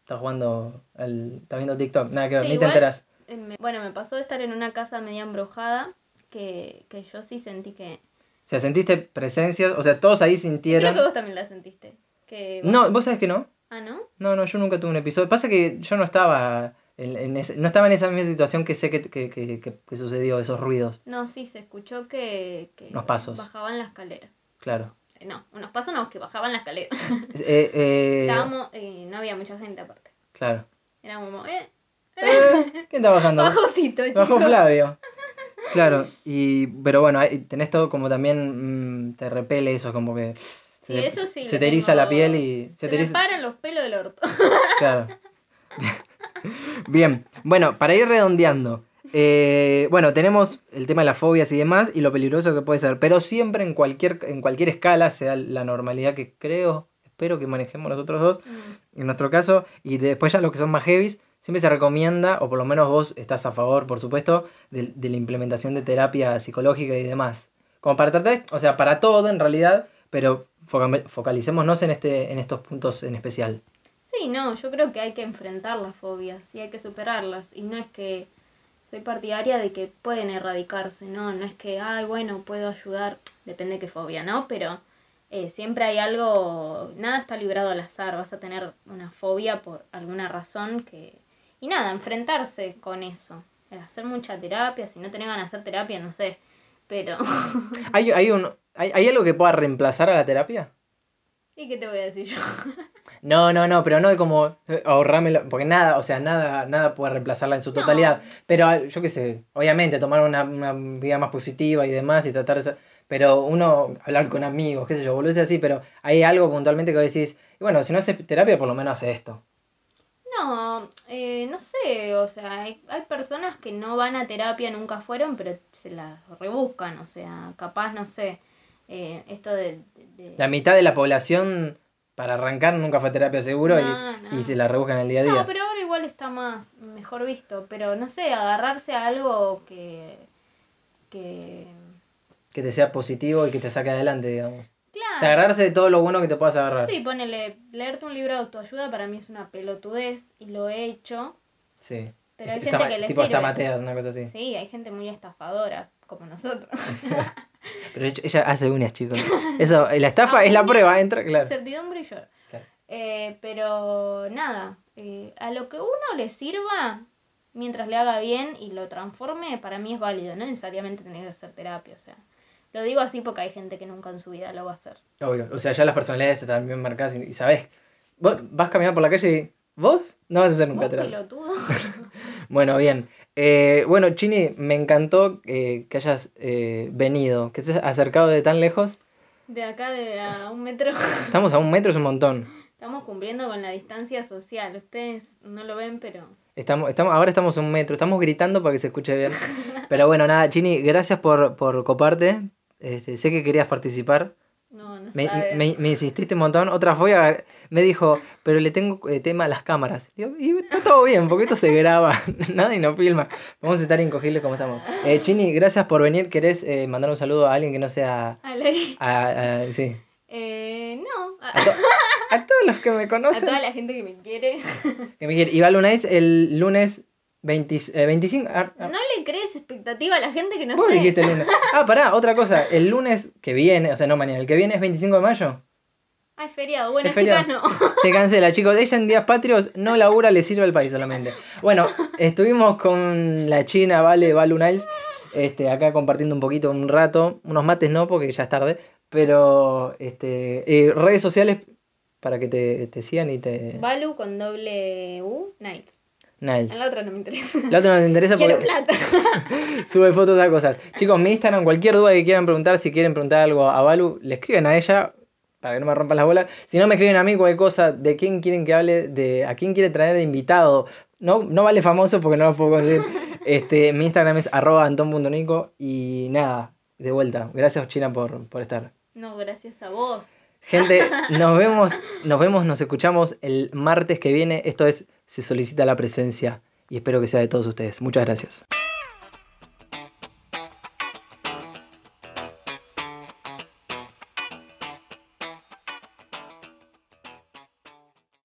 Speaker 1: estás jugando, al, estás viendo TikTok. Nada que ver,
Speaker 2: Sí,
Speaker 1: ni te
Speaker 2: igual-
Speaker 1: enterás.
Speaker 2: Eh, me- bueno, me pasó de estar en una casa media embrujada que, que yo sí sentí que.
Speaker 1: O sea, sentiste presencias, o sea, todos ahí
Speaker 2: Creo
Speaker 1: sintieron.
Speaker 2: que vos también la sentiste. Que
Speaker 1: No, vos sabés que no.
Speaker 2: Ah, ¿no?
Speaker 1: No, no, yo nunca tuve un episodio. Pasa que yo no estaba en, en ese- no estaba en esa misma situación que sé que, que, que- que- que sucedió, esos ruidos.
Speaker 2: No, sí, se escuchó que, que
Speaker 1: Los pasos.
Speaker 2: bajaban la escalera.
Speaker 1: Claro.
Speaker 2: Eh, No, unos pasos no, que bajaban la escalera.
Speaker 1: Eh, eh,
Speaker 2: Estábamos, eh, no había mucha gente aparte.
Speaker 1: claro.
Speaker 2: Era como, eh,
Speaker 1: Eh, ¿Quién está bajando?
Speaker 2: bajocito, chicos.
Speaker 1: Bajo
Speaker 2: (laughs)
Speaker 1: Flavio. Claro, y pero bueno, ahí tenés todo como también mm, te repele eso, como que
Speaker 2: Sí,
Speaker 1: te-
Speaker 2: eso sí.
Speaker 1: se
Speaker 2: lo
Speaker 1: te eriza
Speaker 2: tengo-
Speaker 1: la piel y
Speaker 2: Se,
Speaker 1: se te
Speaker 2: me
Speaker 1: eriza-
Speaker 2: paran los pelos del orto.
Speaker 1: Claro. (laughs) Bien, bueno, para ir redondeando, eh, bueno, tenemos el tema de las fobias y demás y lo peligroso que puede ser, pero siempre en cualquier, en cualquier escala, sea la normalidad que creo, espero que manejemos nosotros dos,
Speaker 2: Mm.
Speaker 1: en nuestro caso, y después ya los que son más heavies, siempre se recomienda, o por lo menos vos estás a favor, por supuesto, de, de la implementación de terapia psicológica y demás. Como para tratar, o sea, para todo en realidad, pero foca- focalicémonos en, este, en estos puntos en especial.
Speaker 2: Sí, no, yo creo que hay que enfrentar las fobias y hay que superarlas. Y no es que soy partidaria de que pueden erradicarse, no, no es que, ay, bueno, puedo ayudar, depende qué fobia, ¿no? Pero eh, siempre hay algo, nada está librado al azar, vas a tener una fobia por alguna razón que... Y nada, enfrentarse con eso, hacer mucha terapia, si no tenés ganas de hacer terapia, no sé, pero... (laughs)
Speaker 1: ¿Hay, hay, un, hay, hay algo que pueda reemplazar a la terapia?
Speaker 2: ¿Y qué te voy a decir yo?
Speaker 1: No, no, no, pero no como eh, ahorrámelo, porque nada, o sea, nada, nada puede reemplazarla en su
Speaker 2: No.
Speaker 1: totalidad. Pero ah, yo qué sé, obviamente tomar una, una vida más positiva y demás y tratar de ser- Pero uno, hablar con amigos, qué sé yo, volverse así, pero hay algo puntualmente que vos decís, y bueno, si no haces terapia, por lo menos hace esto.
Speaker 2: No, eh, no sé, o sea, hay, hay personas que no van a terapia, nunca fueron, pero se las rebuscan, o sea, capaz, no sé, eh, esto de... de- de-
Speaker 1: La mitad de la población para arrancar nunca fue a terapia seguro y-
Speaker 2: No,
Speaker 1: y,
Speaker 2: no.
Speaker 1: se la rebuscan el día a día.
Speaker 2: No, pero ahora igual está más, mejor visto, pero no sé, agarrarse a algo que... que...
Speaker 1: Que te sea positivo y que te saque adelante, digamos. O sea,
Speaker 2: Claro.
Speaker 1: agarrarse de todo lo bueno que te puedas agarrar.
Speaker 2: Ah. Sí, ponele, leerte un libro de autoayuda para mí es una pelotudez y lo he hecho,
Speaker 1: Sí.
Speaker 2: pero hay
Speaker 1: Está
Speaker 2: gente
Speaker 1: ma-
Speaker 2: que le
Speaker 1: tipo está
Speaker 2: sirve.
Speaker 1: Mateas, una cosa así.
Speaker 2: Sí, hay gente muy estafadora, como nosotros.
Speaker 1: Pero ella- ella hace uñas, chicos. Eso, eh, la estafa es la prueba, entra, claro.
Speaker 2: Certidumbre y lloro.
Speaker 1: Claro.
Speaker 2: Eh, pero nada, eh, a lo que uno le sirva, mientras le haga bien y lo transforme, para mí es válido. No necesariamente tenés que hacer terapia, o sea. Lo digo así porque hay gente que nunca en su vida lo va a hacer.
Speaker 1: Obvio. O sea, ya las personalidades están bien marcadas y, y sabes. Vos vas caminando por la calle y. ¿Vos? No vas a hacer nunca
Speaker 2: Vos,
Speaker 1: terapia.
Speaker 2: pelotudo. (laughs)
Speaker 1: Bueno, bien. Eh, bueno, Chini, me encantó eh, que hayas eh, venido, que te has acercado de tan lejos.
Speaker 2: De acá de a un metro. (laughs)
Speaker 1: Estamos a un metro, es un montón.
Speaker 2: Estamos cumpliendo con la distancia social. Ustedes no lo ven, pero
Speaker 1: Estamos, estamos, ahora estamos a un metro, estamos gritando para que se escuche bien. Pero bueno, nada, Chini, gracias por, por coparte. Este, sé que querías participar.
Speaker 2: no, no
Speaker 1: Me,
Speaker 2: saben.
Speaker 1: me- me insististe un montón. Otra fobia me dijo, pero le tengo eh, tema a las cámaras. Digo, y está todo bien, porque esto se graba, (laughs) nada y no filma. Vamos a estar incogibles como estamos. Eh, Chini, gracias por venir. ¿Querés eh, mandar un saludo a alguien que no sea
Speaker 2: Al aire.
Speaker 1: a, a- sí,
Speaker 2: Eh, no, a,
Speaker 1: (laughs) a, to- a todos los que me
Speaker 2: a
Speaker 1: conocen?
Speaker 2: toda la gente que me quiere.
Speaker 1: Que me quiere- Y va el lunes, el lunes 20 eh, 25. ah, ah.
Speaker 2: No le crees expectativa a la gente que no
Speaker 1: Vos
Speaker 2: sé.
Speaker 1: dijiste lindo. Ah, pará, otra cosa. El lunes que viene, o sea, no mañana, el que viene es 25 de mayo.
Speaker 2: Ah, es feriado. Bueno,
Speaker 1: Es feriado.
Speaker 2: chicas, no. (laughs)
Speaker 1: Se cancela, chicos. Ella en días patrios no labura, le sirve al país solamente. Bueno, estuvimos con la China, Vale, Valu Niles, este, acá compartiendo un poquito, un rato. Unos mates no, porque ya es tarde. Pero, este, eh, redes sociales para que te, te sigan y te...
Speaker 2: Balu con doble U, Nights.
Speaker 1: Niles.
Speaker 2: En la otra no me interesa.
Speaker 1: La otra nos interesa
Speaker 2: Quiero
Speaker 1: porque
Speaker 2: plata. (laughs)
Speaker 1: sube fotos de cosas. Chicos, mi Instagram, cualquier duda que quieran preguntar, si quieren preguntar algo a Balu, le escriben a ella para que no me rompan las bolas. Si no me escriben a mí cualquier cosa, de quién quieren que hable, de a quién quiere traer de invitado. No, no vale famoso porque no lo puedo conseguir. Este, mi Instagram es arroba anton.nico y nada, de vuelta. Gracias China por, por estar.
Speaker 2: No, gracias a vos.
Speaker 1: Gente, nos vemos, nos vemos, nos escuchamos el martes que viene. Esto es Se solicita la presencia y espero que sea de todos ustedes. Muchas gracias.